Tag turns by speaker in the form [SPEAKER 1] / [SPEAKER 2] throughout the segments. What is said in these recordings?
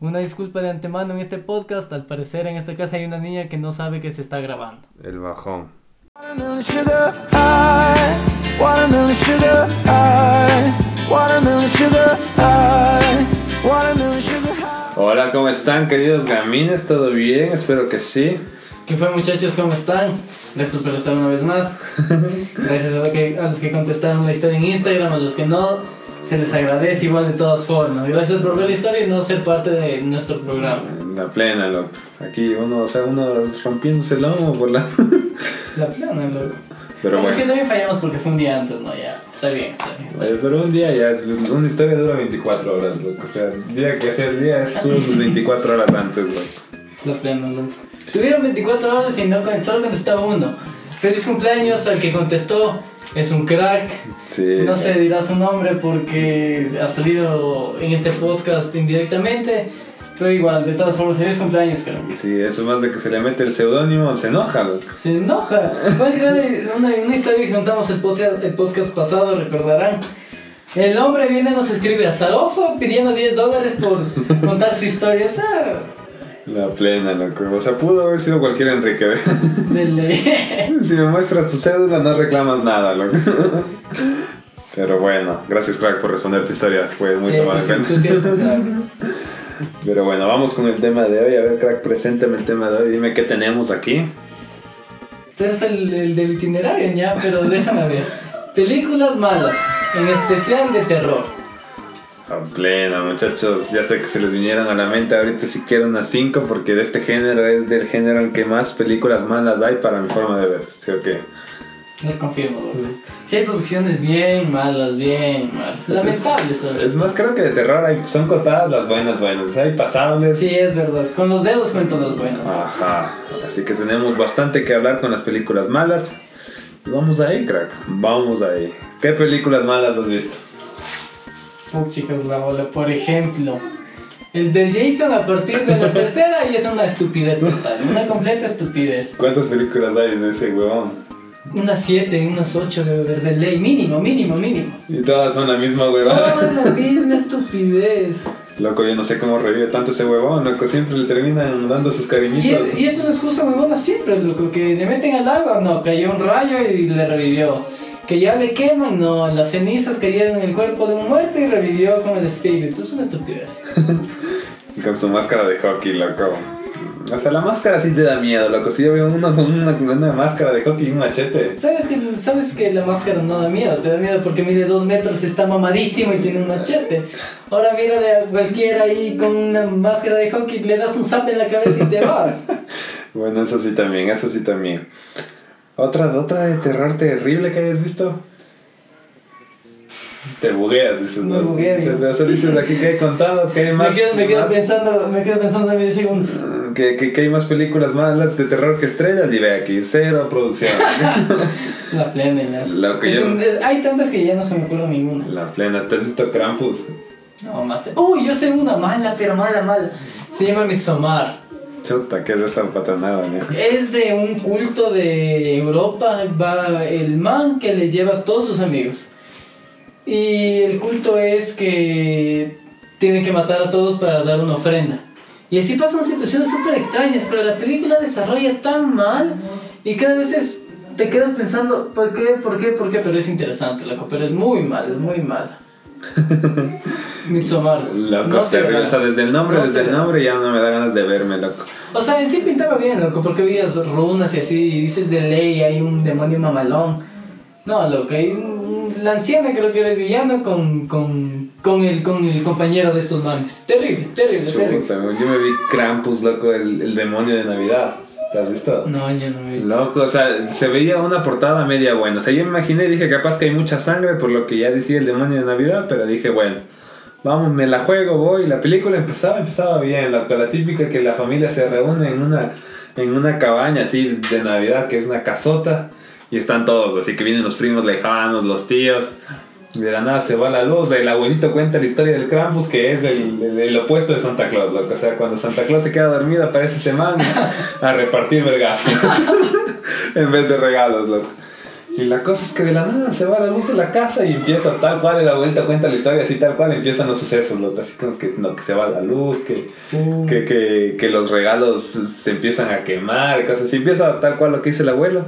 [SPEAKER 1] Una disculpa de antemano en este podcast, al parecer en esta casa hay una niña que no sabe que se está grabando.
[SPEAKER 2] El bajón.
[SPEAKER 3] Watermelon sugar high, watermelon sugar high, watermelon sugar high, watermelon sugar high.
[SPEAKER 2] Hola, ¿cómo están, queridos gamines? ¿Todo bien? Espero que sí.
[SPEAKER 1] ¿Qué fue muchachos? ¿Cómo están? Gracias por estar una vez más. Gracias a, lo que- a los que contestaron la historia en Instagram, a los que no, se les agradece igual de todas formas. Gracias por ver la historia y no ser parte de nuestro programa.
[SPEAKER 2] La plena, loco. Aquí uno, o sea, uno rompiéndose el lomo por la...
[SPEAKER 1] La plana, loco.
[SPEAKER 2] Pero
[SPEAKER 1] Es que
[SPEAKER 2] bueno.
[SPEAKER 1] también fallamos porque fue un día antes, ¿no? Ya, está bien, está bien. Está bien.
[SPEAKER 2] Oye, Pero un día ya, es- una historia dura 24 horas, loco. O sea, el día que sea el día es sus 24 horas antes, loco.
[SPEAKER 1] La plena, loco. Tuvieron 24 horas y no, con- solo contestó uno. Feliz cumpleaños al que contestó. Es un crack.
[SPEAKER 2] Sí.
[SPEAKER 1] No se dirá su nombre porque ha salido en este podcast indirectamente, pero igual, de todas formas, feliz cumpleaños, creo.
[SPEAKER 2] Sí, eso más de que se le mete el seudónimo, se enoja, loco.
[SPEAKER 1] Se enoja. ¿Cuál era una, una historia que contamos el podcast, el podcast pasado, recordarán. El hombre viene y nos escribe azaroso pidiendo 10 dólares por contar su historia. O sea,
[SPEAKER 2] La plena, loco. O sea, pudo haber sido cualquier Enrique.
[SPEAKER 1] de ley.
[SPEAKER 2] Si me muestras tu cédula no reclamas nada, loco. Pero bueno, gracias crack por responder tu historia, fue muy
[SPEAKER 1] Sí,
[SPEAKER 2] tomada en
[SPEAKER 1] tú sí-
[SPEAKER 2] cuenta.
[SPEAKER 1] tú sí eres un crack.
[SPEAKER 2] Pero bueno, vamos con el tema de hoy. A ver crack, preséntame el tema de hoy. Dime qué tenemos aquí.
[SPEAKER 1] Tú eres el, el del itinerario ya, pero déjame ver. Películas malas, en especial de terror.
[SPEAKER 2] A Ah, plena, muchachos. Ya sé que se les vinieron a la mente ahorita siquiera unas 5 porque de este género es del género en que más películas malas hay para mi forma de ver. ¿Sí o qué?
[SPEAKER 1] No confirmo, loco. Sí hay producciones bien malas, bien malas.
[SPEAKER 2] Entonces,
[SPEAKER 1] Lamentables, sobre
[SPEAKER 2] Es más, creo que de terror hay, son cotadas las buenas, buenas. Hay pasables.
[SPEAKER 1] Sí, es verdad. Con los dedos cuento las buenas.
[SPEAKER 2] Ah. Ajá, así que tenemos bastante que hablar con las películas malas. Y vamos ahí, crack, vamos ahí. ¿Qué películas malas has visto?
[SPEAKER 1] Fuck, chicas, la bola. Por ejemplo, el de Jason a partir de la tercera y es una estupidez total. Una completa estupidez.
[SPEAKER 2] ¿Cuántas películas hay en ese huevón?
[SPEAKER 1] Unas 7, unas 8 debe haber de ley. Mínimo, mínimo, mínimo.
[SPEAKER 2] Y todas son la misma
[SPEAKER 1] Todo
[SPEAKER 2] huevada.
[SPEAKER 1] es la misma estupidez.
[SPEAKER 2] Loco, yo no sé cómo revive tanto ese huevón, loco, siempre le terminan dando sus
[SPEAKER 1] Y
[SPEAKER 2] cariñitos.
[SPEAKER 1] es, y es una excusa muy buena siempre, loco, que le meten al agua, no, cayó un rayo y le revivió. Que ya le queman, no, las cenizas cayeron en el cuerpo de un muerto y revivió con el espíritu. Es una estupidez.
[SPEAKER 2] Y con su máscara de hockey, loco. O sea, la máscara sí te da miedo, loco. Si yo veo uno con una, con una máscara de hockey y un machete.
[SPEAKER 1] ¿Sabes que, sabes que la máscara no da miedo, te da miedo porque mide dos metros, está mamadísimo y tiene un machete. Ahora mírale a cualquiera ahí con una máscara de hockey, le das un zap en la cabeza y te vas.
[SPEAKER 2] Bueno, eso sí también, eso sí también. ¿Otra, otra de terror terrible que hayas visto? Te bugueas, dices.
[SPEAKER 1] Me
[SPEAKER 2] ¿no?
[SPEAKER 1] bugueo,
[SPEAKER 2] Se
[SPEAKER 1] yo.
[SPEAKER 2] te hace, dices aquí que hay contadas, que hay más.
[SPEAKER 1] me, quedo, me, quedo
[SPEAKER 2] más-
[SPEAKER 1] pensando, me quedo pensando a 10 segundos.
[SPEAKER 2] que, que, que hay más películas malas de terror que estrellas y ve aquí, cero producción.
[SPEAKER 1] La plena, la...
[SPEAKER 2] Lo que
[SPEAKER 1] Es
[SPEAKER 2] yo-
[SPEAKER 1] es- hay tantas que ya no se me ocurre ninguna.
[SPEAKER 2] La plena, ¿te has visto Krampus?
[SPEAKER 1] No, más. Uy, yo sé una mala, pero mala, mala. Se llama Midsommar.
[SPEAKER 2] Chuta, que es esa patanada, ¿no?
[SPEAKER 1] Es de un culto de Europa. Va el man que le lleva a todos sus amigos. Y el culto es que tienen que matar a todos para dar una ofrenda. Y así pasan situaciones súper extrañas, pero la película desarrolla tan mal y cada vez es- te quedas pensando, ¿por qué? ¿Por qué? ¿Por qué? Pero es interesante, loco, pero es muy mal, es muy mal. Midsommar.
[SPEAKER 2] Loco,
[SPEAKER 1] se
[SPEAKER 2] terrible.
[SPEAKER 1] verá.
[SPEAKER 2] O sea, desde el nombre,
[SPEAKER 1] No se
[SPEAKER 2] desde el
[SPEAKER 1] verá.
[SPEAKER 2] nombre ya no me da ganas de verme, loco.
[SPEAKER 1] O sea, en sí pintaba bien, loco, porque veías runas y así, y dices de ley, hay un demonio mamalón. No, loco, hay un- la anciana creo que era el villano con, con, con, el, con el compañero de estos manes. Terrible, terrible, terrible.
[SPEAKER 2] Chuta, yo me vi Krampus, loco, el, el demonio de Navidad. ¿Te has visto?
[SPEAKER 1] No, yo no me he visto.
[SPEAKER 2] Loco, o sea, se veía una portada media buena. O sea, yo me imaginé, dije, capaz que hay mucha sangre por lo que ya decía el demonio de Navidad, pero dije, bueno, vamos, me la juego, voy. La película empezaba, empezaba bien, loco. La típica que la familia se reúne en una, en una cabaña así de Navidad, que es una casota, y están todos, así que vienen los primos lejanos, los tíos. y De la nada se va la luz, el abuelito cuenta la historia del Krampus que es el, el- el opuesto de Santa Claus, loco. O sea, cuando Santa Claus se queda dormido aparece este man a repartir vergas en vez de regalos, loco. Y la cosa es que de la nada se va la luz de la casa y empieza tal cual, y la vuelta cuenta la historia, así tal cual empiezan los sucesos, loco. Así como que, no, que se va la luz, que,
[SPEAKER 1] Uh.
[SPEAKER 2] que, que, que los regalos se empiezan a quemar, cosas así. Empieza tal cual lo que dice el abuelo.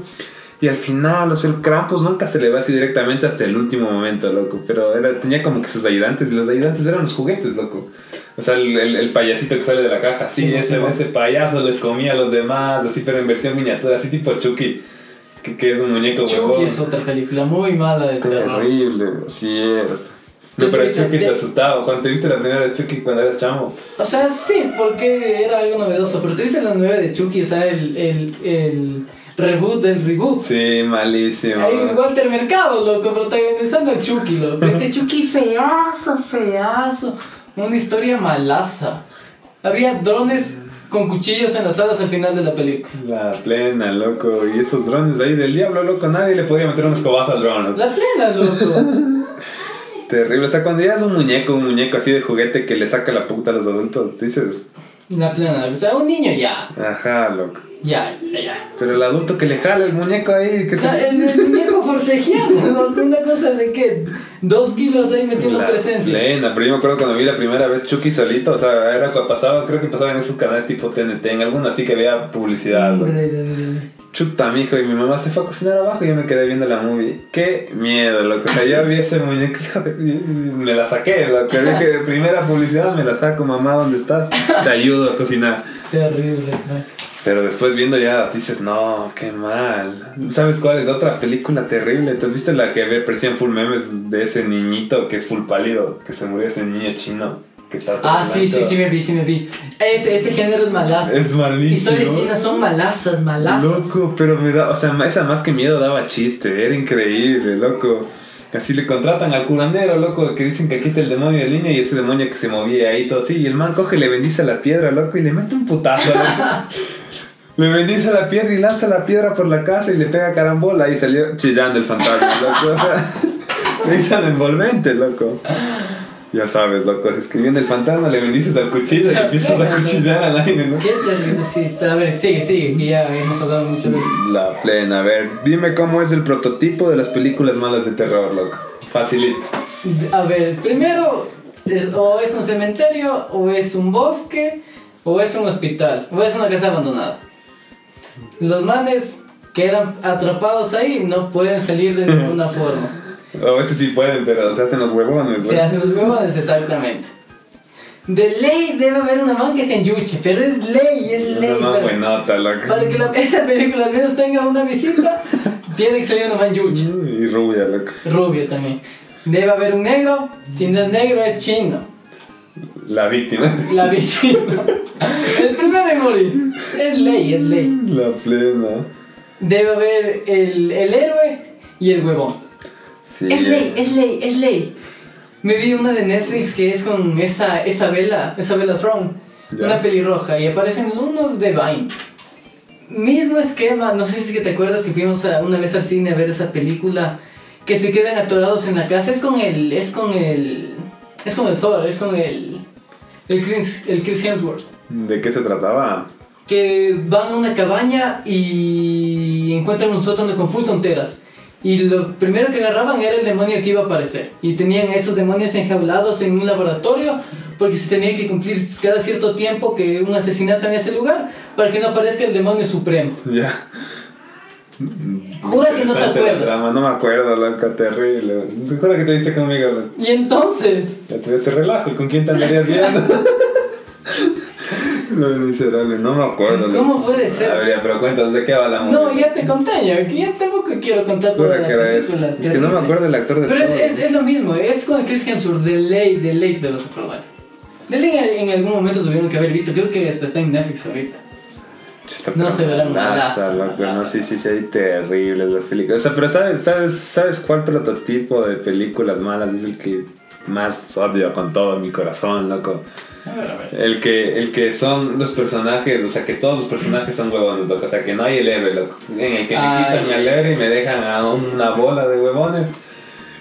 [SPEAKER 2] Y al final, o sea, el Krampus nunca se le va así directamente hasta el último momento, loco. Pero era, tenía como que sus ayudantes, y los ayudantes eran los juguetes, loco. O sea, el, el- el payasito que sale de la caja, sí,
[SPEAKER 1] Sí, sí,
[SPEAKER 2] ese,
[SPEAKER 1] ¿no?
[SPEAKER 2] ese payaso les comía a los demás, así, pero en versión miniatura, así tipo Chucky, que, que es un muñeco
[SPEAKER 1] Chucky
[SPEAKER 2] huevón.
[SPEAKER 1] es otra película muy mala de terror.
[SPEAKER 2] Terrible, cierto. No,
[SPEAKER 1] Yo
[SPEAKER 2] pero
[SPEAKER 1] te-
[SPEAKER 2] Chucky te
[SPEAKER 1] te-
[SPEAKER 2] asustaba. Cuando te viste la primera vez Chucky cuando eras chamo.
[SPEAKER 1] O sea, sí, porque era algo novedoso. Pero tuviste la nueva de Chucky, o sea, el, el, el reboot del reboot.
[SPEAKER 2] Sí, malísimo.
[SPEAKER 1] Ahí Walter Mercado, loco, protagonizando a Chucky, loco. Este Chucky feazo, feazo. Una historia malaza. Había drones con cuchillos en las alas al final de la película.
[SPEAKER 2] La plena, loco. Y esos drones ahí del diablo, loco. Nadie le podía meter un escobazo al dron, loco.
[SPEAKER 1] La plena, loco.
[SPEAKER 2] Terrible. O sea, cuando ya es un muñeco, un muñeco así de juguete que le saca la puta a los adultos, dices,
[SPEAKER 1] La plena, o sea, un niño ya.
[SPEAKER 2] ajá, loco.
[SPEAKER 1] Ya, ya, ya.
[SPEAKER 2] Pero el adulto que le jala el muñeco ahí, que
[SPEAKER 1] O sea,
[SPEAKER 2] se.
[SPEAKER 1] el, el muñeco forcejeando, loco, una cosa de que dos kilos ahí metiendo
[SPEAKER 2] La
[SPEAKER 1] presencia.
[SPEAKER 2] plena, pero yo me acuerdo cuando vi la primera vez Chucky solito, o sea, era cuando pasaba, creo que pasaba en esos canales tipo TNT, en alguna así que había
[SPEAKER 1] Mm,
[SPEAKER 2] publicidad. loco. Chuta, mijo, y mi mamá se fue a cocinar abajo y yo me quedé viendo la movie. Qué miedo, loco. O sea, yo vi ese muñeco, hijo de... Me la saqué, loco. Dije, de primera publicidad me la saco, mamá, ¿dónde estás? Te ayudo a cocinar.
[SPEAKER 1] Terrible, crack.
[SPEAKER 2] Pero después viendo ya, dices, no, qué mal. ¿Sabes cuál es la otra película terrible? ¿Te has visto la que parecían full memes de ese niñito que es full pálido? Que se murió ese niño chino. Que está todo
[SPEAKER 1] Ah, sí, sí,
[SPEAKER 2] blanco?
[SPEAKER 1] sí me vi, sí me vi. Ese, ese género es malazo.
[SPEAKER 2] Es malísimo.
[SPEAKER 1] Historias chinas son malazas, malazas.
[SPEAKER 2] Loco, pero me da, o sea, ma- esa más que miedo daba chiste, era increíble, loco. Así le contratan al curandero, loco, que dicen que aquí está el demonio del niño y ese demonio que se movía ahí todo así. Y el man coge, le bendice la piedra, loco, y le mete un putazo, loco. Le bendice la piedra y lanza la piedra por la casa y le pega carambola y salió chillando el fantasma, loco. O sea, le hizo el envolvente, loco. Ya sabes, loco, si es que viene el fantasma, le bendices al cuchillo y empiezas a cuchillar al aire, loco.
[SPEAKER 1] Qué terrible, sí. Pero a ver, sigue, sigue, que ya hemos hablado mucho de esto.
[SPEAKER 2] La plena, a ver, dime cómo es el prototipo de las películas malas de terror, loco. Facilito.
[SPEAKER 1] A ver, primero, es- o es un cementerio, o es un bosque, o es un hospital, o es una casa abandonada. Los manes quedan atrapados ahí, no pueden salir de ninguna forma.
[SPEAKER 2] A veces sí pueden, pero se hacen los huevones,
[SPEAKER 1] Se
[SPEAKER 2] güey.
[SPEAKER 1] hacen los huevones, exactamente. De ley debe haber una man que se enyuche, pero es ley, es ley.
[SPEAKER 2] Una
[SPEAKER 1] para,
[SPEAKER 2] buenota, loco.
[SPEAKER 1] para que la- esa película al menos tenga una visita, tiene que salir una man yuche.
[SPEAKER 2] Y rubia, loco.
[SPEAKER 1] Rubio también. Debe haber un negro, si no es negro es chino.
[SPEAKER 2] La víctima.
[SPEAKER 1] La víctima. El primero en morir. Es ley, es ley.
[SPEAKER 2] La plena.
[SPEAKER 1] Debe haber el, el héroe y el huevón.
[SPEAKER 2] Sí.
[SPEAKER 1] Es ley, es ley, es ley. Me vi una de Netflix que es con esa, esa vela, esa vela Throne,
[SPEAKER 2] Ya.
[SPEAKER 1] una pelirroja, y aparecen unos de Vine. Mismo esquema, no sé si es que te acuerdas que fuimos a- una vez al cine a ver esa película, que se quedan atorados en la casa, es con el, es con el, es con el Thor, es con el, el Chris, el Chris Hemsworth,
[SPEAKER 2] ¿De qué se trataba?
[SPEAKER 1] que van a una cabaña y encuentran un sótano con full tonteras. Y lo primero que agarraban era el demonio que iba a aparecer. Y tenían esos demonios enjaulados en un laboratorio porque se tenía que cumplir cada cierto tiempo que un asesinato en ese lugar para que no aparezca el demonio supremo.
[SPEAKER 2] Ya.
[SPEAKER 1] Jura que no te
[SPEAKER 2] Interesante la
[SPEAKER 1] acuerdas.
[SPEAKER 2] trama, No me acuerdo, loco, terrible. Jura que te viste conmigo, loco.
[SPEAKER 1] Y entonces,
[SPEAKER 2] Ya te ese relajo, ¿con quién te andarías viendo? Lo miserable, no me acuerdo.
[SPEAKER 1] ¿Cómo
[SPEAKER 2] loco.
[SPEAKER 1] puede ser?
[SPEAKER 2] A ver, ya, pero cuéntanos, ¿de qué va la movie?
[SPEAKER 1] no, ya te conté, ya, que ya tampoco quiero contar toda
[SPEAKER 2] Ah, Jura
[SPEAKER 1] la
[SPEAKER 2] que era eso.
[SPEAKER 1] película.
[SPEAKER 2] Es que no me
[SPEAKER 1] terrible.
[SPEAKER 2] acuerdo el actor de
[SPEAKER 1] Pero es,
[SPEAKER 2] todo.
[SPEAKER 1] es- es lo mismo, es con el Chris Hemsworth, de ley, de ley te vas a probar. De ley en, en algún momento tuvieron que haber visto, creo que hasta está en Netflix ahorita.
[SPEAKER 2] Chuta,
[SPEAKER 1] no
[SPEAKER 2] pero
[SPEAKER 1] se verá
[SPEAKER 2] malaza,
[SPEAKER 1] malaza,
[SPEAKER 2] loco,
[SPEAKER 1] malaza.
[SPEAKER 2] No, sí, sí, sí, hay terribles las películas. O sea, pero ¿sabes, sabes, ¿sabes cuál prototipo de películas malas es el que más odio con todo mi corazón, loco?
[SPEAKER 1] A ver, a ver.
[SPEAKER 2] El que, el que son los personajes, o sea, que todos los personajes son huevones, loco. O sea, que no hay el héroe, loco. En el que me
[SPEAKER 1] Ay.
[SPEAKER 2] quitan el héroe y me dejan a una bola de huevones.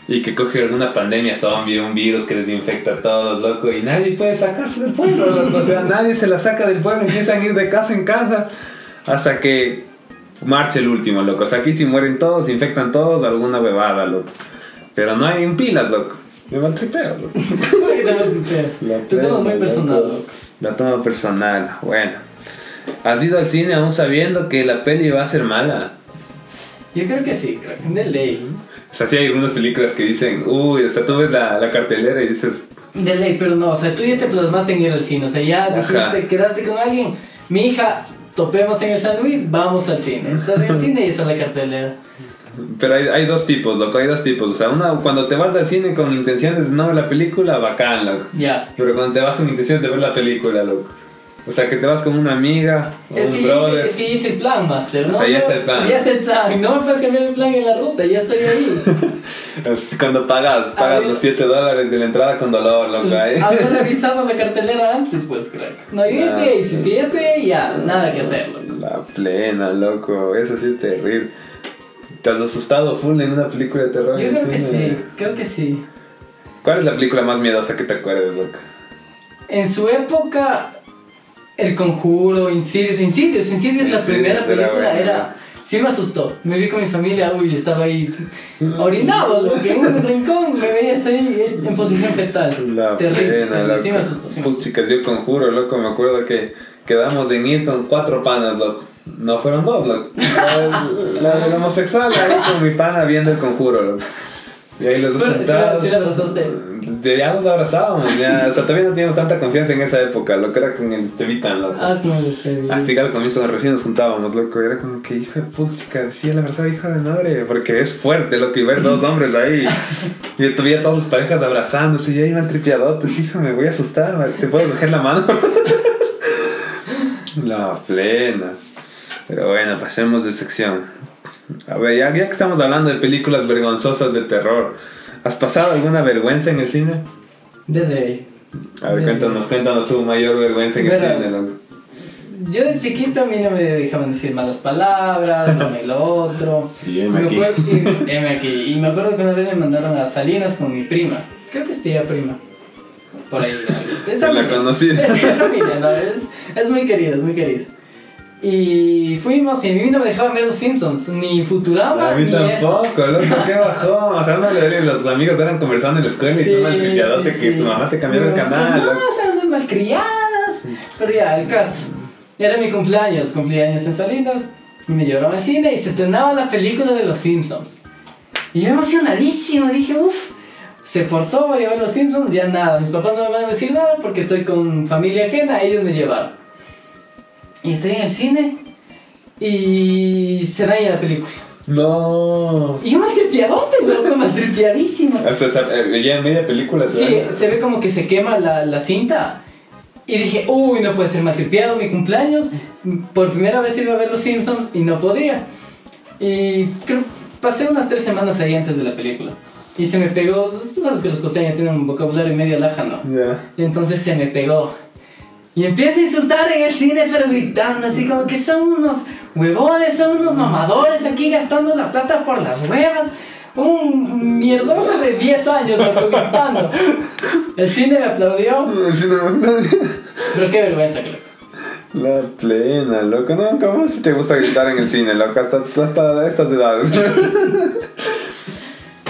[SPEAKER 2] Y que coge alguna pandemia zombie, un virus que les infecta a todos, loco. Y nadie puede sacarse del pueblo, loco. O sea, nadie se la saca del pueblo. Empiezan a ir de casa en casa. Hasta que marcha el último, loco. O sea, aquí si mueren todos, se infectan todos, alguna huevada, loco. Pero no hay en pilas, loco. Me maltripeo, loco.
[SPEAKER 1] ¿Por qué te lo tuiteas? Te
[SPEAKER 2] tengo
[SPEAKER 1] tomo muy personal, loco.
[SPEAKER 2] La tomo personal, bueno. ¿Has ido al cine aún sabiendo que la peli va a ser mala?
[SPEAKER 1] Yo creo que sí, crack. De ley.
[SPEAKER 2] O sea, sí hay algunas películas que dicen, uy, o sea, tú ves la, la cartelera y dices,
[SPEAKER 1] De ley, pero no, o sea, tú ya te plasmaste en ir al cine, o sea, ya dijiste,
[SPEAKER 2] Ajá.
[SPEAKER 1] quedaste con alguien, mi hija, topemos en el San Luis, vamos al cine. Estás en el cine y está la cartelera.
[SPEAKER 2] Pero hay, hay dos tipos, loco, hay dos tipos. O sea, una, cuando te vas al cine con intenciones de no ver la película, bacán, loco.
[SPEAKER 1] Ya.
[SPEAKER 2] Pero cuando te vas con intenciones de ver la película, loco. O sea, que te vas con una amiga, o
[SPEAKER 1] Es
[SPEAKER 2] un
[SPEAKER 1] que, ya hice,
[SPEAKER 2] brother.
[SPEAKER 1] es que ya hice el plan, Master, ¿no?
[SPEAKER 2] O sea, ya
[SPEAKER 1] No,
[SPEAKER 2] está el plan.
[SPEAKER 1] Ya está el plan, no me puedes cambiar el plan en la ruta, ya estoy ahí.
[SPEAKER 2] Es Cuando pagas,
[SPEAKER 1] A
[SPEAKER 2] pagas
[SPEAKER 1] ver. Mm.
[SPEAKER 2] los 7 dólares de la entrada con dolor, loco. ahí.
[SPEAKER 1] Haber revisado la cartelera antes, pues, crack. No, yo
[SPEAKER 2] Ah,
[SPEAKER 1] ya estoy ahí, si es que ya estoy ahí, ya, nada que hacer, loco.
[SPEAKER 2] La plena, loco. Eso sí es terrible. ¿Te has asustado full en una película de terror?
[SPEAKER 1] Yo
[SPEAKER 2] en
[SPEAKER 1] creo que
[SPEAKER 2] cine?
[SPEAKER 1] sí, creo que sí.
[SPEAKER 2] ¿Cuál es la película más miedosa que te acuerdes, loco?
[SPEAKER 1] En su época, El Conjuro, Insidious, Insidious, Insidious, la
[SPEAKER 2] Insidious
[SPEAKER 1] primera
[SPEAKER 2] era
[SPEAKER 1] película
[SPEAKER 2] buena.
[SPEAKER 1] era... Sí me asustó, me vi con mi familia, uy, estaba ahí
[SPEAKER 2] Mm.
[SPEAKER 1] orinado, loco, en un rincón, me veías ahí eh, en posición fetal.
[SPEAKER 2] La
[SPEAKER 1] terrible,
[SPEAKER 2] plena,
[SPEAKER 1] terrible,
[SPEAKER 2] loco.
[SPEAKER 1] sí me asustó, sí me
[SPEAKER 2] Pues,
[SPEAKER 1] asustó.
[SPEAKER 2] chicas, yo conjuro, loco, me acuerdo que quedamos en ir con cuatro panas, loco. No fueron dos, loco. La, del- la del homosexual, ahí con mi pana viendo el conjuro, loco. Y ahí los dos
[SPEAKER 1] Bueno, sí la-
[SPEAKER 2] sentados.
[SPEAKER 1] sí la abrazaste.
[SPEAKER 2] De- ya nos abrazábamos, ya. O sea, todavía no teníamos tanta confianza en esa época, lo que era con el Tevitan, loco.
[SPEAKER 1] Ah, no, este video.
[SPEAKER 2] Así que al comienzo recién nos juntábamos, loco. Era como que hijo de puta, sí, él abrazaba hijo de madre. Porque es fuerte, loco, y ver dos hombres ahí. Y yo tuve a todas las parejas abrazándose. Y yo iba tripiadote, hijo, me voy a asustar. ma- ¿Te puedo coger la mano? la plena. Pero bueno, pasemos de sección. A ver, ya, ya que estamos hablando de películas vergonzosas de terror, ¿has pasado alguna vergüenza en el cine?
[SPEAKER 1] De ley.
[SPEAKER 2] A ver,
[SPEAKER 1] De-
[SPEAKER 2] cuéntanos, cuéntanos tu mayor vergüenza en el
[SPEAKER 1] Verás.
[SPEAKER 2] cine, loco.
[SPEAKER 1] Yo de chiquito a mí no me dejaban decir malas palabras, no me lo otro.
[SPEAKER 2] Y heme
[SPEAKER 1] Me
[SPEAKER 2] aquí.
[SPEAKER 1] acuerdo- y- heme aquí. Y me acuerdo que una vez me mandaron a Salinas con mi prima. Creo que es tía prima. Por ahí. ¿no? Es
[SPEAKER 2] Se la
[SPEAKER 1] familia.
[SPEAKER 2] conocí.
[SPEAKER 1] Es familia, ¿no? Es, es muy querida, es muy querida. Y fuimos y a mí no me dejaban ver los Simpsons, ni Futurama,
[SPEAKER 2] A mí
[SPEAKER 1] ni eso.
[SPEAKER 2] tampoco, loco, qué bajón. O sea, no le los amigos eran conversando en la escuela y tú
[SPEAKER 1] Sí,
[SPEAKER 2] más tripiadote
[SPEAKER 1] sí,
[SPEAKER 2] que
[SPEAKER 1] sí.
[SPEAKER 2] tu mamá te cambió el
[SPEAKER 1] Pero
[SPEAKER 2] canal.
[SPEAKER 1] No,
[SPEAKER 2] loco.
[SPEAKER 1] eran unas malcriadas. Pero ya, el caso. Era mi cumpleaños, cumpleaños en Salinas. Y me llevaron al cine y se estrenaba la película de los Simpsons. Y yo emocionadísimo, dije, uff. Se forzó, voy a ver los Simpsons, ya nada. Mis papás no me van a decir nada porque estoy con familia ajena, ellos me llevaron. Y estoy en el cine y se daña la película.
[SPEAKER 2] No.
[SPEAKER 1] Y yo maltripiadote, loco, maltripiadísimo.
[SPEAKER 2] O sea, esa- eh, ya en media película se
[SPEAKER 1] Sí,
[SPEAKER 2] daña.
[SPEAKER 1] se ve como que se quema la, la cinta. Y dije, uy, no puede ser maltripeado mi cumpleaños. Por primera vez iba a ver Los Simpsons y no podía. Y creo- pasé unas tres semanas ahí antes de la película. Y se me pegó, tú sabes que los costeños tienen un vocabulario medio lájano.
[SPEAKER 2] Ya.
[SPEAKER 1] Y entonces se me pegó. Y empiezo a insultar en el cine, pero gritando así como que son unos huevones, son unos mamadores aquí gastando la plata por las huevas. Un mierdoso de 10 años, loco, gritando. El cine me aplaudió,
[SPEAKER 2] Sí, no,
[SPEAKER 1] pero qué vergüenza, creo.
[SPEAKER 2] La plena, loco. No, ¿cómo si te gusta gritar en el cine, loco? Hasta, hasta estas edades.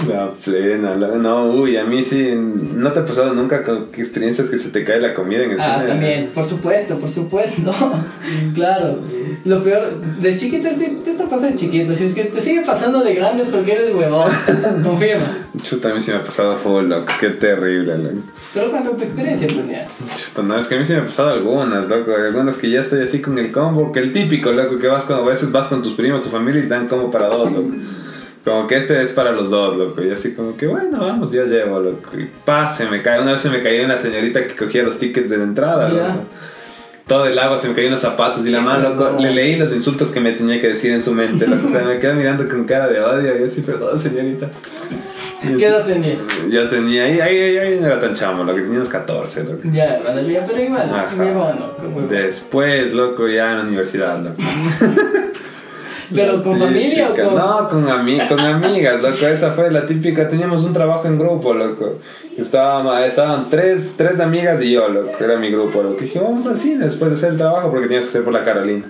[SPEAKER 2] La plena, la- no, uy, a mí sí, no te ha pasado nunca con que experiencias que se te cae la comida en el
[SPEAKER 1] Ah,
[SPEAKER 2] cine.
[SPEAKER 1] también, por supuesto, por supuesto. claro. Lo peor de chiquito es que te esto pasa de chiquito, si es que te sigue pasando de grandes porque eres huevón. Confirma.
[SPEAKER 2] Chuta, a mí sí me ha pasado full, loco. Qué terrible, loco.
[SPEAKER 1] Pero cuánto tu experiencia, pues ya.
[SPEAKER 2] Chuta, no, es que a mí se me han pasado algunas, loco. Algunas que ya estoy así con el combo, que el típico, loco, que vas con, a veces vas con tus primos, tu familia y dan combo para dos, loco. Como que este es para los dos, loco. Y así como que, bueno, vamos, yo llevo, loco. Y pa, se me cae. Una vez se me cayó una señorita que cogía los tickets de la entrada,
[SPEAKER 1] Ya.
[SPEAKER 2] loco. Todo el agua se me cayó en los zapatos y la
[SPEAKER 1] Qué
[SPEAKER 2] mano, loco.
[SPEAKER 1] horror.
[SPEAKER 2] Le leí los insultos que me tenía que decir en su mente, loco. O sea, me quedé mirando con cara de odio y así, perdón, señorita. Y así,
[SPEAKER 1] ¿Qué edad tenías?
[SPEAKER 2] yo tenía, ahí, ahí, ahí, ahí no era tan chamo, lo que tenía unos 14, loco.
[SPEAKER 1] Ya, hermano, ya, pero igual,
[SPEAKER 2] Ajá.
[SPEAKER 1] huevón, qué huevón.
[SPEAKER 2] Después, loco, ya en la universidad, loco.
[SPEAKER 1] Pero con familia o
[SPEAKER 2] Típica.
[SPEAKER 1] con.
[SPEAKER 2] No, con, ami- con amigas, loco. Esa fue la típica. Teníamos un trabajo en grupo, loco. Estábamos, estaban tres, tres amigas y yo, loco. Era mi grupo, loco. Y dije, vamos al cine después de hacer el trabajo porque tenías que hacer por la Carolina.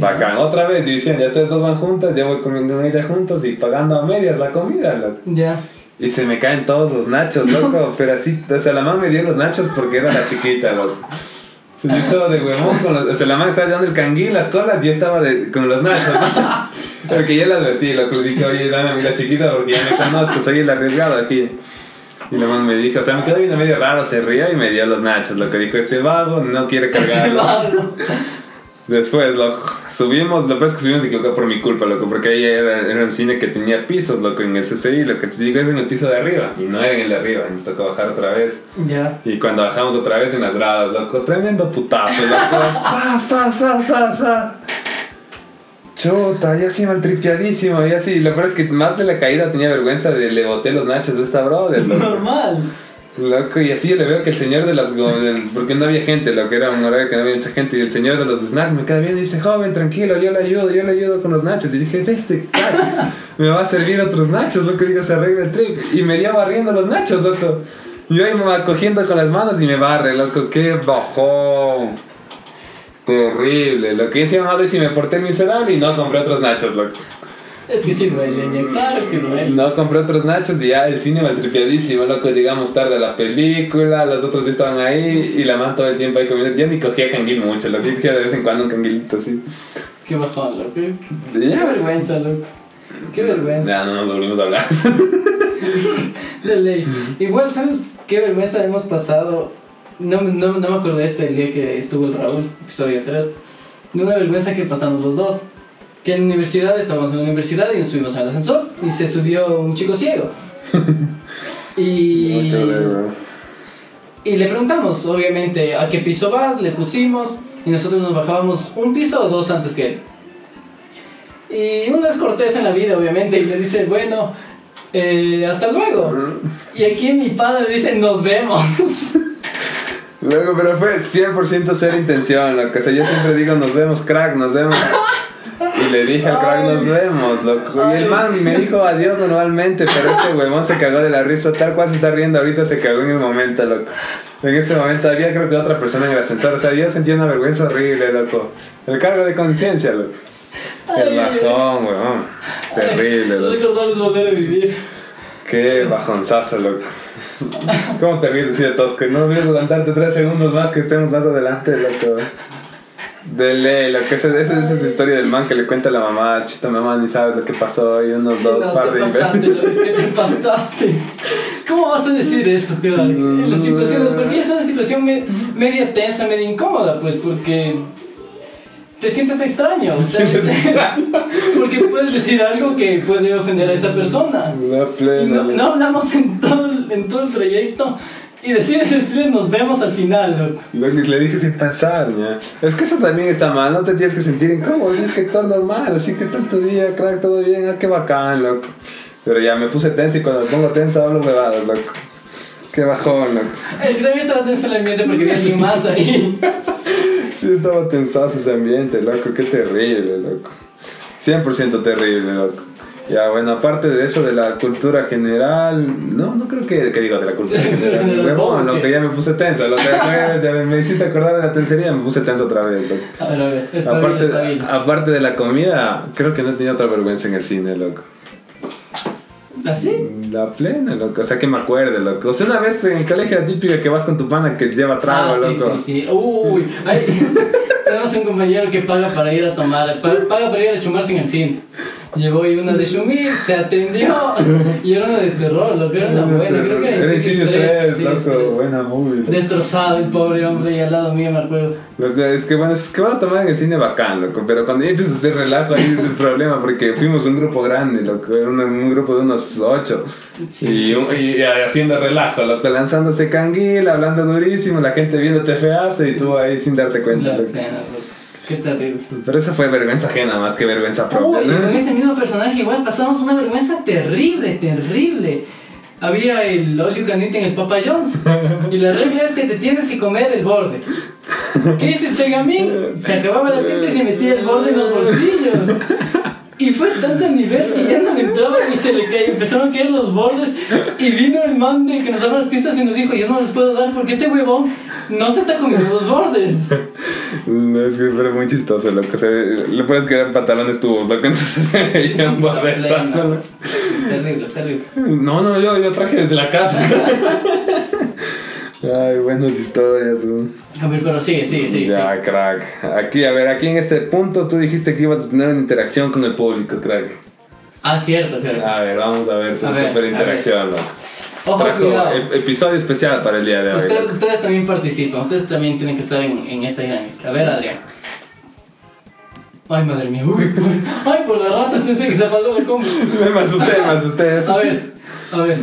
[SPEAKER 2] Bacán, otra vez división, ya ustedes dos van juntas, yo voy comiendo ella juntos y pagando a medias la comida, loco.
[SPEAKER 1] Ya.
[SPEAKER 2] Y se me caen todos los nachos, loco, pero así, o sea, la mamá me dio los nachos porque era la chiquita, loco. Se yo estaba de huevón con los, o sea, la mamá estaba llevando el canguil, las colas, yo estaba de- con los nachos, ¿no? Porque yo le advertí, loco, le dije, oye, dame a mí la chiquita porque ya me conozco, soy el arriesgado aquí. Y la mamá me dijo, o sea, me quedó viendo medio raro, se rió y me dio los nachos, lo que dijo, este vago no quiere cargarlo. Después, loco, subimos, lo peor es que subimos equivocado por mi culpa, loco, porque ahí era, era un cine que tenía pisos, loco, en el CCI, lo que te digo es en el piso de arriba, y no era en el de arriba, y nos tocó bajar otra vez.
[SPEAKER 1] Ya.
[SPEAKER 2] Y cuando bajamos otra vez en las gradas, loco, tremendo putazo, loco, paz, paz, paz, paz, paz. Chuta, yo así maltripiadísimo, y así, lo peor es que más de la caída tenía vergüenza de le boté los nachos de esta brother, loco.
[SPEAKER 1] Normal.
[SPEAKER 2] Loco, y así yo le veo que el señor de las... go- del- porque no había gente, lo que era un horario que no había mucha gente, y el señor de los snacks me queda bien y dice, joven, tranquilo, yo le ayudo, yo le ayudo con los nachos. Y dije, "Ve este crack, me va a servir otros nachos, loco, digo, se arregla el trip. Y me dio barriendo los nachos, loco. Y yo ahí me va cogiendo con las manos y me barre, loco, qué bajón. Terrible, lo que decía madre si me porté miserable y no compré otros nachos, loco.
[SPEAKER 1] Es que sí duele, ya, claro que duele.
[SPEAKER 2] No, compré otros nachos y ya el cine maltripiadísimo, loco. Llegamos tarde a la película, los otros ya estaban ahí y la man todo el tiempo ahí comiendo. Yo ni cogía canguil mucho, lo que cogía de vez en cuando un canguilito así.
[SPEAKER 1] Qué bajón, loco. Qué
[SPEAKER 2] Y ya.
[SPEAKER 1] vergüenza, loco. Qué vergüenza.
[SPEAKER 2] Ya, no nos volvimos a hablar.
[SPEAKER 1] De ley. Igual, ¿sabes qué vergüenza hemos pasado? No, me- no, no me acordé este del día que estuvo el Raúl, episodio 3. De una vergüenza que pasamos los dos. Que en la universidad, estábamos en la universidad y nos subimos al ascensor y se subió un chico ciego. y... Y le preguntamos, obviamente, a qué piso vas, le pusimos, y nosotros nos bajábamos un piso o dos antes que él. Y uno es cortés en la vida, obviamente, y le dice, bueno, eh, hasta luego. Y aquí mi padre dice, nos vemos.
[SPEAKER 2] Luego, pero fue 100% cero intención, lo que sea, yo siempre digo, nos vemos, crack, nos vemos. Y le dije al crack, nos vemos, loco. Y el man me dijo adiós normalmente, pero este huevón se cagó de la risa, tal cual se está riendo ahorita, se cagó en el momento, loco. En ese momento había creo que otra persona en el ascensor, o sea, yo sentía una vergüenza horrible, loco. El cargo de conciencia, loco. El
[SPEAKER 1] Ay.
[SPEAKER 2] bajón, huevón. Terrible, loco.
[SPEAKER 1] Recordar es volver a vivir.
[SPEAKER 2] Qué bajonzazo, loco. ¿Cómo te ríes así de tosco? No voy a aguantarte tres segundos más que estemos más adelante, loco. Dele, lo que esa, esa, esa es la historia del man que le cuenta a la mamá, chita mamá, ni sabes lo que pasó y unos
[SPEAKER 1] Sí,
[SPEAKER 2] dos
[SPEAKER 1] no,
[SPEAKER 2] par
[SPEAKER 1] te
[SPEAKER 2] de
[SPEAKER 1] pasaste,
[SPEAKER 2] imbéciles.
[SPEAKER 1] loco, es que te pasaste. ¿Cómo vas a decir eso, crack? En las situaciones, porque es una situación me- media tensa, media incómoda, pues, porque te sientes extraño. o sea, porque puedes decir algo que puede ofender a esa persona.
[SPEAKER 2] La
[SPEAKER 1] Y
[SPEAKER 2] plena.
[SPEAKER 1] No, no hablamos en todo, el- en todo el trayecto y decides decirle nos vemos al final, loco.
[SPEAKER 2] Lo que le dije sin pensar, ña. Es que eso también está mal, no te tienes que sentir incómodo, tienes que actuar normal, así que tal tu día, crack, todo bien, ah, qué bacán, loco. Pero ya me puse tenso y cuando me pongo tenso hablo huevadas, loco. Qué bajón, loco.
[SPEAKER 1] Es que también estaba tenso el ambiente porque había alguien más ahí.
[SPEAKER 2] Sí, estaba tensazo ese ambiente, loco, qué terrible, loco. 100% terrible, loco. Ya, bueno, aparte de eso, de la cultura general, no, no creo que, que digo de la cultura general,
[SPEAKER 1] Del
[SPEAKER 2] huevón,
[SPEAKER 1] bobo,
[SPEAKER 2] loco,
[SPEAKER 1] ¿qué?
[SPEAKER 2] ya me puse tenso, loco, ya me- ya me, me hiciste acordar de la tensería, me puse tenso otra vez, loco.
[SPEAKER 1] A ver, a ver, espabila,
[SPEAKER 2] Aparte,
[SPEAKER 1] espabila.
[SPEAKER 2] aparte de la comida, creo que no tenía otra vergüenza en el cine, loco.
[SPEAKER 1] ¿Así?
[SPEAKER 2] La plena, loco, o sea, que me acuerde, loco. O sea, una vez en el colegio la típica que vas con tu pana que lleva trago,
[SPEAKER 1] ah, sí,
[SPEAKER 2] loco.
[SPEAKER 1] sí, sí. Uy, ay, tenemos un compañero que paga para ir a tomar, pa- paga para ir a chumarse en el cine. Llevó ahí una de Shumir, se atendió y era una de terror, lo que era una buena, creo que era Insidious 3, Insidious 3.
[SPEAKER 2] buena movie.
[SPEAKER 1] Destrozado el pobre hombre y al lado mío me acuerdo.
[SPEAKER 2] Loco, es que bueno, es que van a tomar en el cine bacán, loco, pero cuando ya empiezas a hacer relajo ahí es el problema, porque fuimos un grupo grande, loco, era un, un grupo de unos ocho,
[SPEAKER 1] Sí,
[SPEAKER 2] y,
[SPEAKER 1] sí,
[SPEAKER 2] un- y haciendo relajo, loco, lanzándose canguil, hablando durísimo, la gente viéndote feazo y tú ahí sin darte cuenta,
[SPEAKER 1] La
[SPEAKER 2] loco.
[SPEAKER 1] pena, loco. Qué terrible.
[SPEAKER 2] Pero esa fue vergüenza ajena, más que vergüenza propia,
[SPEAKER 1] Uy, pues. y con
[SPEAKER 2] ¿no?
[SPEAKER 1] ese mismo personaje igual pasamos una vergüenza terrible, terrible. Había el all you can eat en el Papa John's y la regla es que te tienes que comer el borde. ¿Qué hiciste, Gamín? Se acababa la pizza y se metía el borde en los bolsillos. Y fue tanto nivel que ya no le entraba y se le caía, empezaron a caer los bordes y vino el man de que nos daba las pistas y nos dijo, yo no les puedo dar porque este huevón no se está comiendo los bordes.
[SPEAKER 2] No, es que fue muy muy chistoso, loco. Se, ve- lo peor es que eran pantalones tubos, loco. Entonces se veía un bodezazo, loco.
[SPEAKER 1] Terrible, terrible.
[SPEAKER 2] No, no, yo, yo traje desde la casa. Ay, buenas historias, güey.
[SPEAKER 1] A ver, pero sigue, sigue, sigue.
[SPEAKER 2] ya, crack. Aquí, a ver, aquí en este punto tú dijiste que ibas a tener una interacción con el público, crack.
[SPEAKER 1] sigue. Ah, cierto, cierto.
[SPEAKER 2] A ver, vamos a ver tu
[SPEAKER 1] A ver,
[SPEAKER 2] super interacción,
[SPEAKER 1] Ojo,
[SPEAKER 2] Trajo
[SPEAKER 1] cuidado.
[SPEAKER 2] ep- episodio especial para el día de hoy.
[SPEAKER 1] Ustedes,
[SPEAKER 2] loco.
[SPEAKER 1] ustedes también participan, ustedes también tienen que estar en, en esa dinámica. A ver, Adrián. Ay, madre mía, uy, por, ay, por la rata pensé que se apagó el combo.
[SPEAKER 2] Me asusté, me asusté. eso
[SPEAKER 1] A
[SPEAKER 2] sí.
[SPEAKER 1] ver, a ver.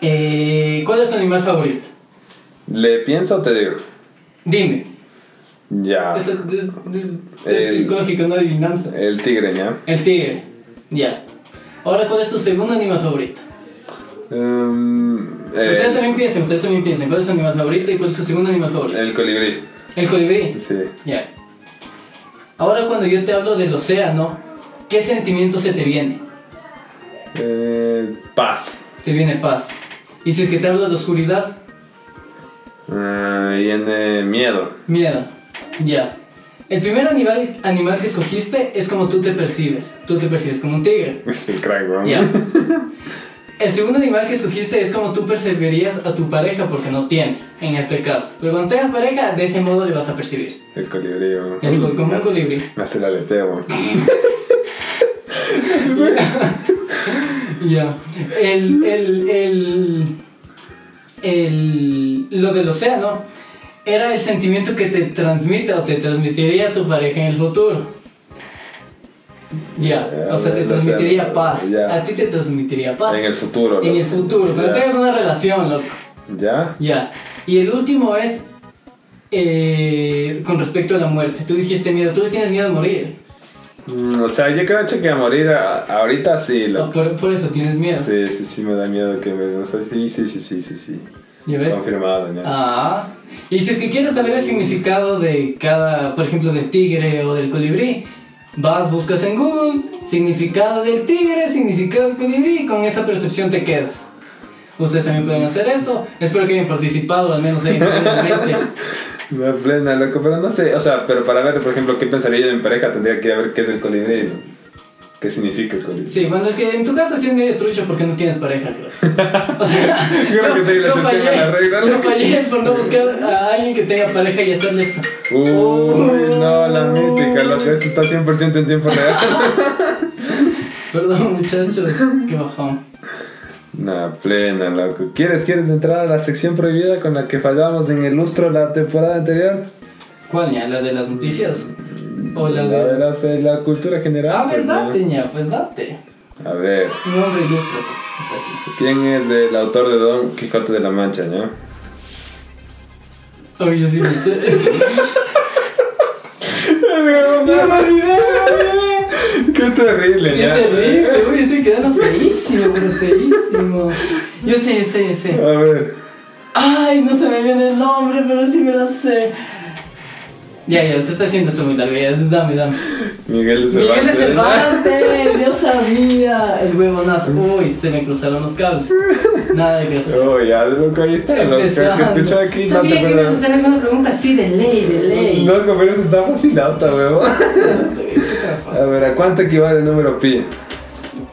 [SPEAKER 1] Eh, ¿Cuál es tu animal favorito?
[SPEAKER 2] ¿Le pienso o te digo?
[SPEAKER 1] Dime.
[SPEAKER 2] Ya.
[SPEAKER 1] Es, es, es, es
[SPEAKER 2] El-
[SPEAKER 1] psicológico, no adivinanza.
[SPEAKER 2] El tigre, ¿ya?
[SPEAKER 1] El tigre. Ya. Ahora, ¿cuál es tu segundo animal favorito?
[SPEAKER 2] Em, eh,
[SPEAKER 1] Ustedes también piensen, ustedes también piensen. ¿Cuál es su animal favorito y cuál es su segundo animal favorito?
[SPEAKER 2] El colibrí.
[SPEAKER 1] El colibrí.
[SPEAKER 2] Sí.
[SPEAKER 1] Ya. Ahora cuando yo te hablo del océano, ¿qué sentimiento se te viene?
[SPEAKER 2] Eh, paz.
[SPEAKER 1] Te viene paz. Y si es que te hablo de oscuridad,
[SPEAKER 2] Eh, viene miedo.
[SPEAKER 1] miedo. Ya. El primer animal, animal que escogiste es como tú te percibes. Tú te percibes como un tigre.
[SPEAKER 2] Es el crack, bro.
[SPEAKER 1] Ya. El segundo animal que escogiste es como tú percibirías a tu pareja porque no tienes, en este caso. Pero cuando tengas pareja, de ese modo le vas a percibir.
[SPEAKER 2] El colibrí, bro.
[SPEAKER 1] El co- como un
[SPEAKER 2] Me hace-
[SPEAKER 1] colibrí.
[SPEAKER 2] Me hace el aleteo, bro.
[SPEAKER 1] Ya. El, el, el, el- lo del océano era el sentimiento que te transmite o te transmitiría tu pareja en el futuro. Ya,
[SPEAKER 2] Ya,
[SPEAKER 1] o sea, te
[SPEAKER 2] el
[SPEAKER 1] transmitiría
[SPEAKER 2] océano,
[SPEAKER 1] paz.
[SPEAKER 2] ya.
[SPEAKER 1] A ti te transmitiría paz.
[SPEAKER 2] En el futuro,
[SPEAKER 1] En
[SPEAKER 2] loco.
[SPEAKER 1] el futuro, cuando
[SPEAKER 2] Ya.
[SPEAKER 1] tengas una relación, loco.
[SPEAKER 2] ¿Ya?
[SPEAKER 1] Ya. Y el último es eh, con respecto a la muerte. Tú dijiste miedo, tú le tienes miedo a morir.
[SPEAKER 2] Mm, o sea, yo creo che, que a morir a- ahorita sí,
[SPEAKER 1] No,
[SPEAKER 2] loco.
[SPEAKER 1] por, por eso tienes miedo.
[SPEAKER 2] Sí, sí, sí, me da miedo que me... O sea, sí, sí, sí, sí, sí, sí.
[SPEAKER 1] ¿Ya ves?
[SPEAKER 2] Confirmado, ya.
[SPEAKER 1] Ah. Y si es que quieres saber el significado de cada, por ejemplo, del tigre o del colibrí, vas, buscas en Google, significado del tigre, significado del colibrí, y con esa percepción te quedas. Ustedes también pueden hacer eso. Espero que hayan participado, al menos ahí brevemente.
[SPEAKER 2] Me da plena, loco, pero no sé, o sea, pero para ver, por ejemplo, qué pensaría yo en pareja, tendría que ir a ver qué es el colibrí, ¿no? qué significa el colibrí.
[SPEAKER 1] Sí, bueno, es que en tu caso sí es medio trucho porque no tienes pareja, creo. O sea,
[SPEAKER 2] Creo que soy la excepción a la regla, ¿no?
[SPEAKER 1] no fallé por no buscar a alguien que tenga pareja y hacerle esto.
[SPEAKER 2] Uy,
[SPEAKER 1] Oh.
[SPEAKER 2] no, la
[SPEAKER 1] Uy.
[SPEAKER 2] mítica, loco, esto está 100% en tiempo real.
[SPEAKER 1] Perdón, muchachos, qué bajón.
[SPEAKER 2] Una plena, loco. ¿Quieres, ¿Quieres entrar a la sección prohibida con la que fallábamos en el lustro la temporada anterior?
[SPEAKER 1] ¿Cuál ya? ¿La de las noticias? ¿O la
[SPEAKER 2] La
[SPEAKER 1] de.?
[SPEAKER 2] de la, de la cultura general.
[SPEAKER 1] Ah,
[SPEAKER 2] pues,
[SPEAKER 1] verdad,
[SPEAKER 2] ¿no?
[SPEAKER 1] Teña, pues date.
[SPEAKER 2] A ver,
[SPEAKER 1] Un hombre ilustre sí, está aquí.
[SPEAKER 2] ¿quién es el autor de Don Quijote de la Mancha, no?
[SPEAKER 1] Ay, yo sí lo sé. ¡Ya me olvidé, me olvidé!
[SPEAKER 2] ¡Qué terrible,
[SPEAKER 1] ¡Qué
[SPEAKER 2] ya!
[SPEAKER 1] terrible! Uy, estoy quedando feísimo, pero feísimo. Yo sé, yo sé, yo sé.
[SPEAKER 2] A ver.
[SPEAKER 1] Ay, no se me viene el nombre, pero sí me lo sé. Ya, ya, se está haciendo esto muy largo. Ya, dame, dame.
[SPEAKER 2] Miguel de Cervantes.
[SPEAKER 1] Miguel de Cervantes, yo sabía. El huevonazo. Uy, se me cruzaron los cables. Nada de que hacer.
[SPEAKER 2] Oh, ya, loco, ahí está, loco. Que
[SPEAKER 1] Empezando.
[SPEAKER 2] escuchó aquí, no te
[SPEAKER 1] Sabía que ibas a
[SPEAKER 2] acuerdas.
[SPEAKER 1] hacerme una pregunta así de ley, de ley.
[SPEAKER 2] Loco, pero eso está fácil, alta, huevón.
[SPEAKER 1] Eso está
[SPEAKER 2] A
[SPEAKER 1] fácil.
[SPEAKER 2] ver, ¿a cuánto equivale el número pi?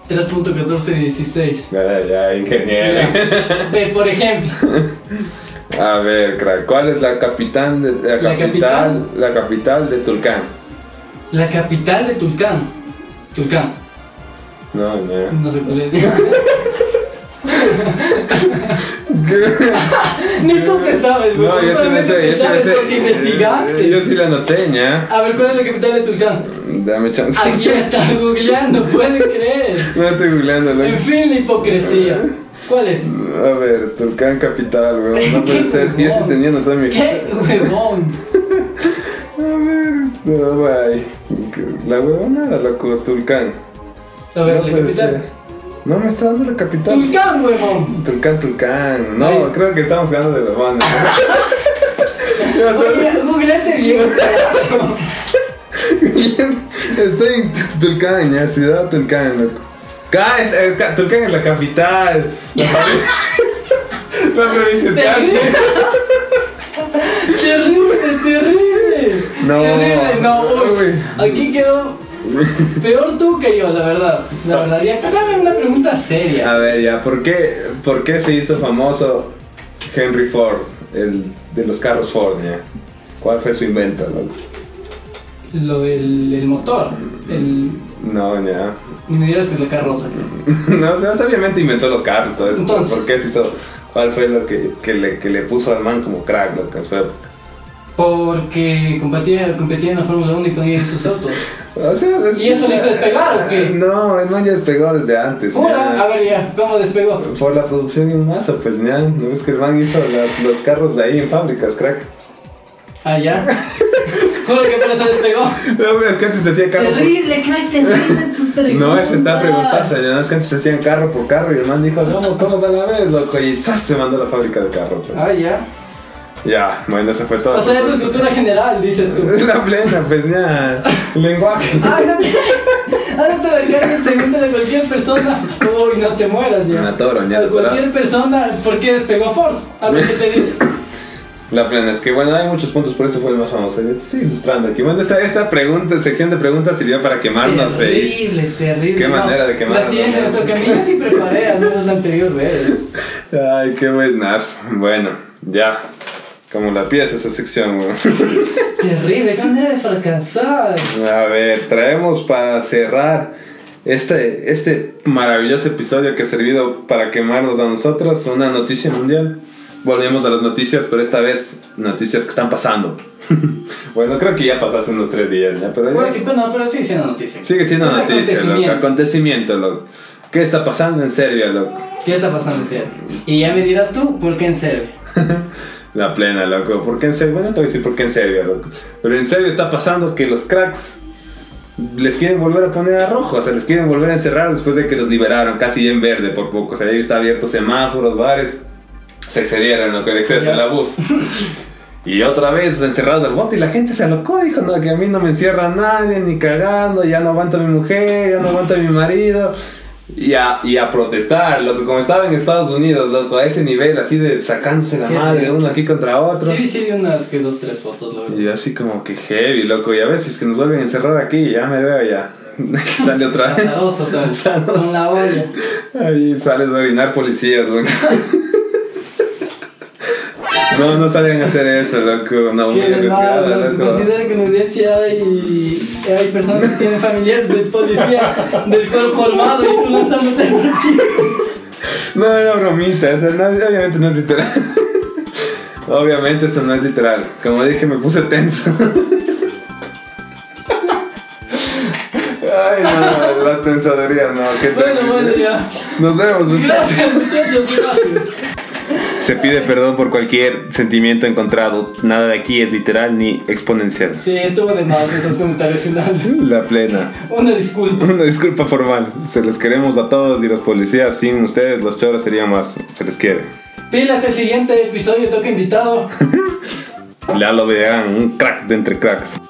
[SPEAKER 1] 3.1416.
[SPEAKER 2] Ya, ya, ingeniero.
[SPEAKER 1] Mira, Ve, por ejemplo,
[SPEAKER 2] A ver, crack, ¿cuál es la capital de la,
[SPEAKER 1] ¿La
[SPEAKER 2] capital, la capital de Tulcán?
[SPEAKER 1] la capital de Tulcán. Tulcán.
[SPEAKER 2] No, no.
[SPEAKER 1] No sé cuál es. Ni tú te sabes, güey.
[SPEAKER 2] No, yo sí me
[SPEAKER 1] Solamente
[SPEAKER 2] sé,
[SPEAKER 1] te
[SPEAKER 2] yo sí me
[SPEAKER 1] sabes
[SPEAKER 2] sé.
[SPEAKER 1] porque investigaste.
[SPEAKER 2] Yo sí la anoté, ya.
[SPEAKER 1] A ver, ¿cuál es la capital de Tulcán?
[SPEAKER 2] Dame chance.
[SPEAKER 1] Aquí está googleando, pueden creer.
[SPEAKER 2] No estoy googleando, loco.
[SPEAKER 1] En fin, la hipocresía. ¿Cuál es?
[SPEAKER 2] A ver, Tulcán capital, weón. No
[SPEAKER 1] ¿Qué
[SPEAKER 2] puede ser, es que yo sí
[SPEAKER 1] huevón?
[SPEAKER 2] tenía anotado en mi
[SPEAKER 1] ¡Qué huevón!
[SPEAKER 2] A ver, no, güey. La huevonada, loco, Tulcán.
[SPEAKER 1] A ver, la
[SPEAKER 2] puede
[SPEAKER 1] capital.
[SPEAKER 2] ser. No me está dando la capital.
[SPEAKER 1] Tulcán, huevón.
[SPEAKER 2] Tulcán, Tulcán. No,
[SPEAKER 1] Ahí está.
[SPEAKER 2] creo que estamos ganando de los manos. Ya sabes,
[SPEAKER 1] Oye, googleate bien.
[SPEAKER 2] Estoy en Tulcán, ya, ciudad Tulcán, loco. Ca- es- es- ca- Tulcán es la capital. La provi- La provincia de
[SPEAKER 1] Terrible, terrible.
[SPEAKER 2] No.
[SPEAKER 1] Terrible, no, uy.
[SPEAKER 2] Uy.
[SPEAKER 1] Aquí quedó peor tú que yo, la verdad. La verdad. Y acá dame una pregunta seria.
[SPEAKER 2] A ver, ya, ¿por qué, ¿por qué se hizo famoso Henry Ford, el de los carros Ford, ya? ¿Cuál fue su invento, loco?
[SPEAKER 1] Lo del el motor. El,
[SPEAKER 2] No, ya.
[SPEAKER 1] ni me dirás que es la carroza. creo.
[SPEAKER 2] No, o sea, obviamente inventó los carros, todo eso.
[SPEAKER 1] Entonces.
[SPEAKER 2] ¿Por qué se hizo? ¿Cuál fue lo que, que le, que le puso al man como crack, loco, en su época?
[SPEAKER 1] Porque competía, competía en la Fórmula 1 y ponía ahí sus autos.
[SPEAKER 2] O sea, es- eh,
[SPEAKER 1] ¿Y eso le hizo despegar o qué?
[SPEAKER 2] No, el man ya despegó desde antes.
[SPEAKER 1] Ahora,
[SPEAKER 2] ya.
[SPEAKER 1] a ver ya, ¿cómo despegó?
[SPEAKER 2] Por la producción en masa, pues ya, no es que el man hizo las- los carros de ahí en fábricas, crack.
[SPEAKER 1] Allá. Ah, Juro que por eso despegó.
[SPEAKER 2] No, pero es que antes se hacía carro por...
[SPEAKER 1] Terrible, crack, terrible tus preguntas.
[SPEAKER 2] No, es está preguntazo, no es que antes se hacían carro por carro y el man dijo, vamos todos a la vez, loco, y ¡zas! se mandó a la fábrica de carros. güey.
[SPEAKER 1] Ah, ya.
[SPEAKER 2] Ya, bueno, eso fue todo.
[SPEAKER 1] O sea, eso es cultura general, dices tú.
[SPEAKER 2] Es la plena, pues ya, lenguaje.
[SPEAKER 1] Ahora te- ahora te dejaría que preguntarle a cualquier persona, uy, no te mueras, ya.
[SPEAKER 2] Una toro, ya,
[SPEAKER 1] A cualquier persona, ¿por qué despegó Ford? A ver qué te dice.
[SPEAKER 2] La plena es que, bueno, hay muchos puntos, por eso fue el más famoso. Yo te estoy ilustrando aquí. Bueno, esta, esta pregunta, sección de preguntas sirvió para quemarnos, feliz.
[SPEAKER 1] terrible, terrible.
[SPEAKER 2] Qué
[SPEAKER 1] no.
[SPEAKER 2] manera de quemarnos,
[SPEAKER 1] La siguiente
[SPEAKER 2] ¿no?
[SPEAKER 1] me toca a mí, yo sí preparé, al menos la anterior vez.
[SPEAKER 2] Ay, qué buenas. Bueno, ya. Como la pieza esa sección, güey.
[SPEAKER 1] Terrible, qué manera de fracasar.
[SPEAKER 2] A ver, traemos para cerrar este, este maravilloso episodio que ha servido para quemarnos a nosotros una noticia mundial. Volvemos a las noticias, pero esta vez noticias que están pasando. bueno, creo que ya pasó hace unos tres días, ¿ya? Pero ya-
[SPEAKER 1] Bueno, que- bueno, pero sigue siendo noticia.
[SPEAKER 2] Sigue siendo
[SPEAKER 1] Es
[SPEAKER 2] noticia, loco.
[SPEAKER 1] acontecimiento.
[SPEAKER 2] Acontecimiento, loco. ¿Qué está pasando en Serbia, loco?
[SPEAKER 1] ¿Qué está pasando en Serbia? Y ya me dirás tú, ¿por qué en Serbia?
[SPEAKER 2] La plena, loco. ¿Por qué en Serbia? Bueno, te voy a decir por qué en Serbia, loco. Pero en Serbia está pasando que los cracks les quieren volver a poner a rojo, o sea, les quieren volver a encerrar después de que los liberaron, casi en verde por poco. O sea, ahí está abierto semáforos, bares. Se excedieron, loco, el exceso,
[SPEAKER 1] Ya.
[SPEAKER 2] el abuso. Y otra vez encerrados al bote y la gente se alocó, dijo, no, que a mí no me encierra nadie, ni cagando, ya no aguanto a mi mujer, ya no aguanto a mi marido. Y a, y a protestar, loco, como estaba en Estados Unidos, loco, a ese nivel, así de sacándose la
[SPEAKER 1] Qué
[SPEAKER 2] madre,
[SPEAKER 1] bestia.
[SPEAKER 2] uno aquí contra otro.
[SPEAKER 1] Sí, vi- sí, vi unas que dos, tres fotos, la verdad.
[SPEAKER 2] Y yo así como que heavy, loco, y a veces que nos vuelven a encerrar aquí, ya me veo ya. Sale otra vez.
[SPEAKER 1] Azarosa, ¿sabes?
[SPEAKER 2] Azarosa.
[SPEAKER 1] Con la olla.
[SPEAKER 2] Ahí sales a orinar policías, loco. No, no salen a hacer eso, loco. No, muy
[SPEAKER 1] Que
[SPEAKER 2] educada,
[SPEAKER 1] nada, Pues
[SPEAKER 2] loco.
[SPEAKER 1] considera que en la audiencia hay, hay personas que tienen familiares de policía del cuerpo armado y tú lanzándote estos chicos.
[SPEAKER 2] No, era bromita, o sea, no, obviamente no es literal. Obviamente esto no es literal. Como dije, me puse tenso. Ay, no, la tensaduría, no. Qué
[SPEAKER 1] Bueno,
[SPEAKER 2] terrible.
[SPEAKER 1] bueno, ya.
[SPEAKER 2] Nos vemos, muchachos.
[SPEAKER 1] Gracias, muchachos, gracias.
[SPEAKER 2] Se pide perdón por cualquier sentimiento encontrado. Nada de aquí es literal ni exponencial.
[SPEAKER 1] Sí, estuvo de más esos comentarios finales.
[SPEAKER 2] La plena.
[SPEAKER 1] Una disculpa.
[SPEAKER 2] Una disculpa formal. Se los queremos a todos y los policías. Sin ustedes, los choros serían más. Se les quiere.
[SPEAKER 1] Pilas el siguiente episodio, toca invitado.
[SPEAKER 2] Lalo Videgan, un crack de entre cracks.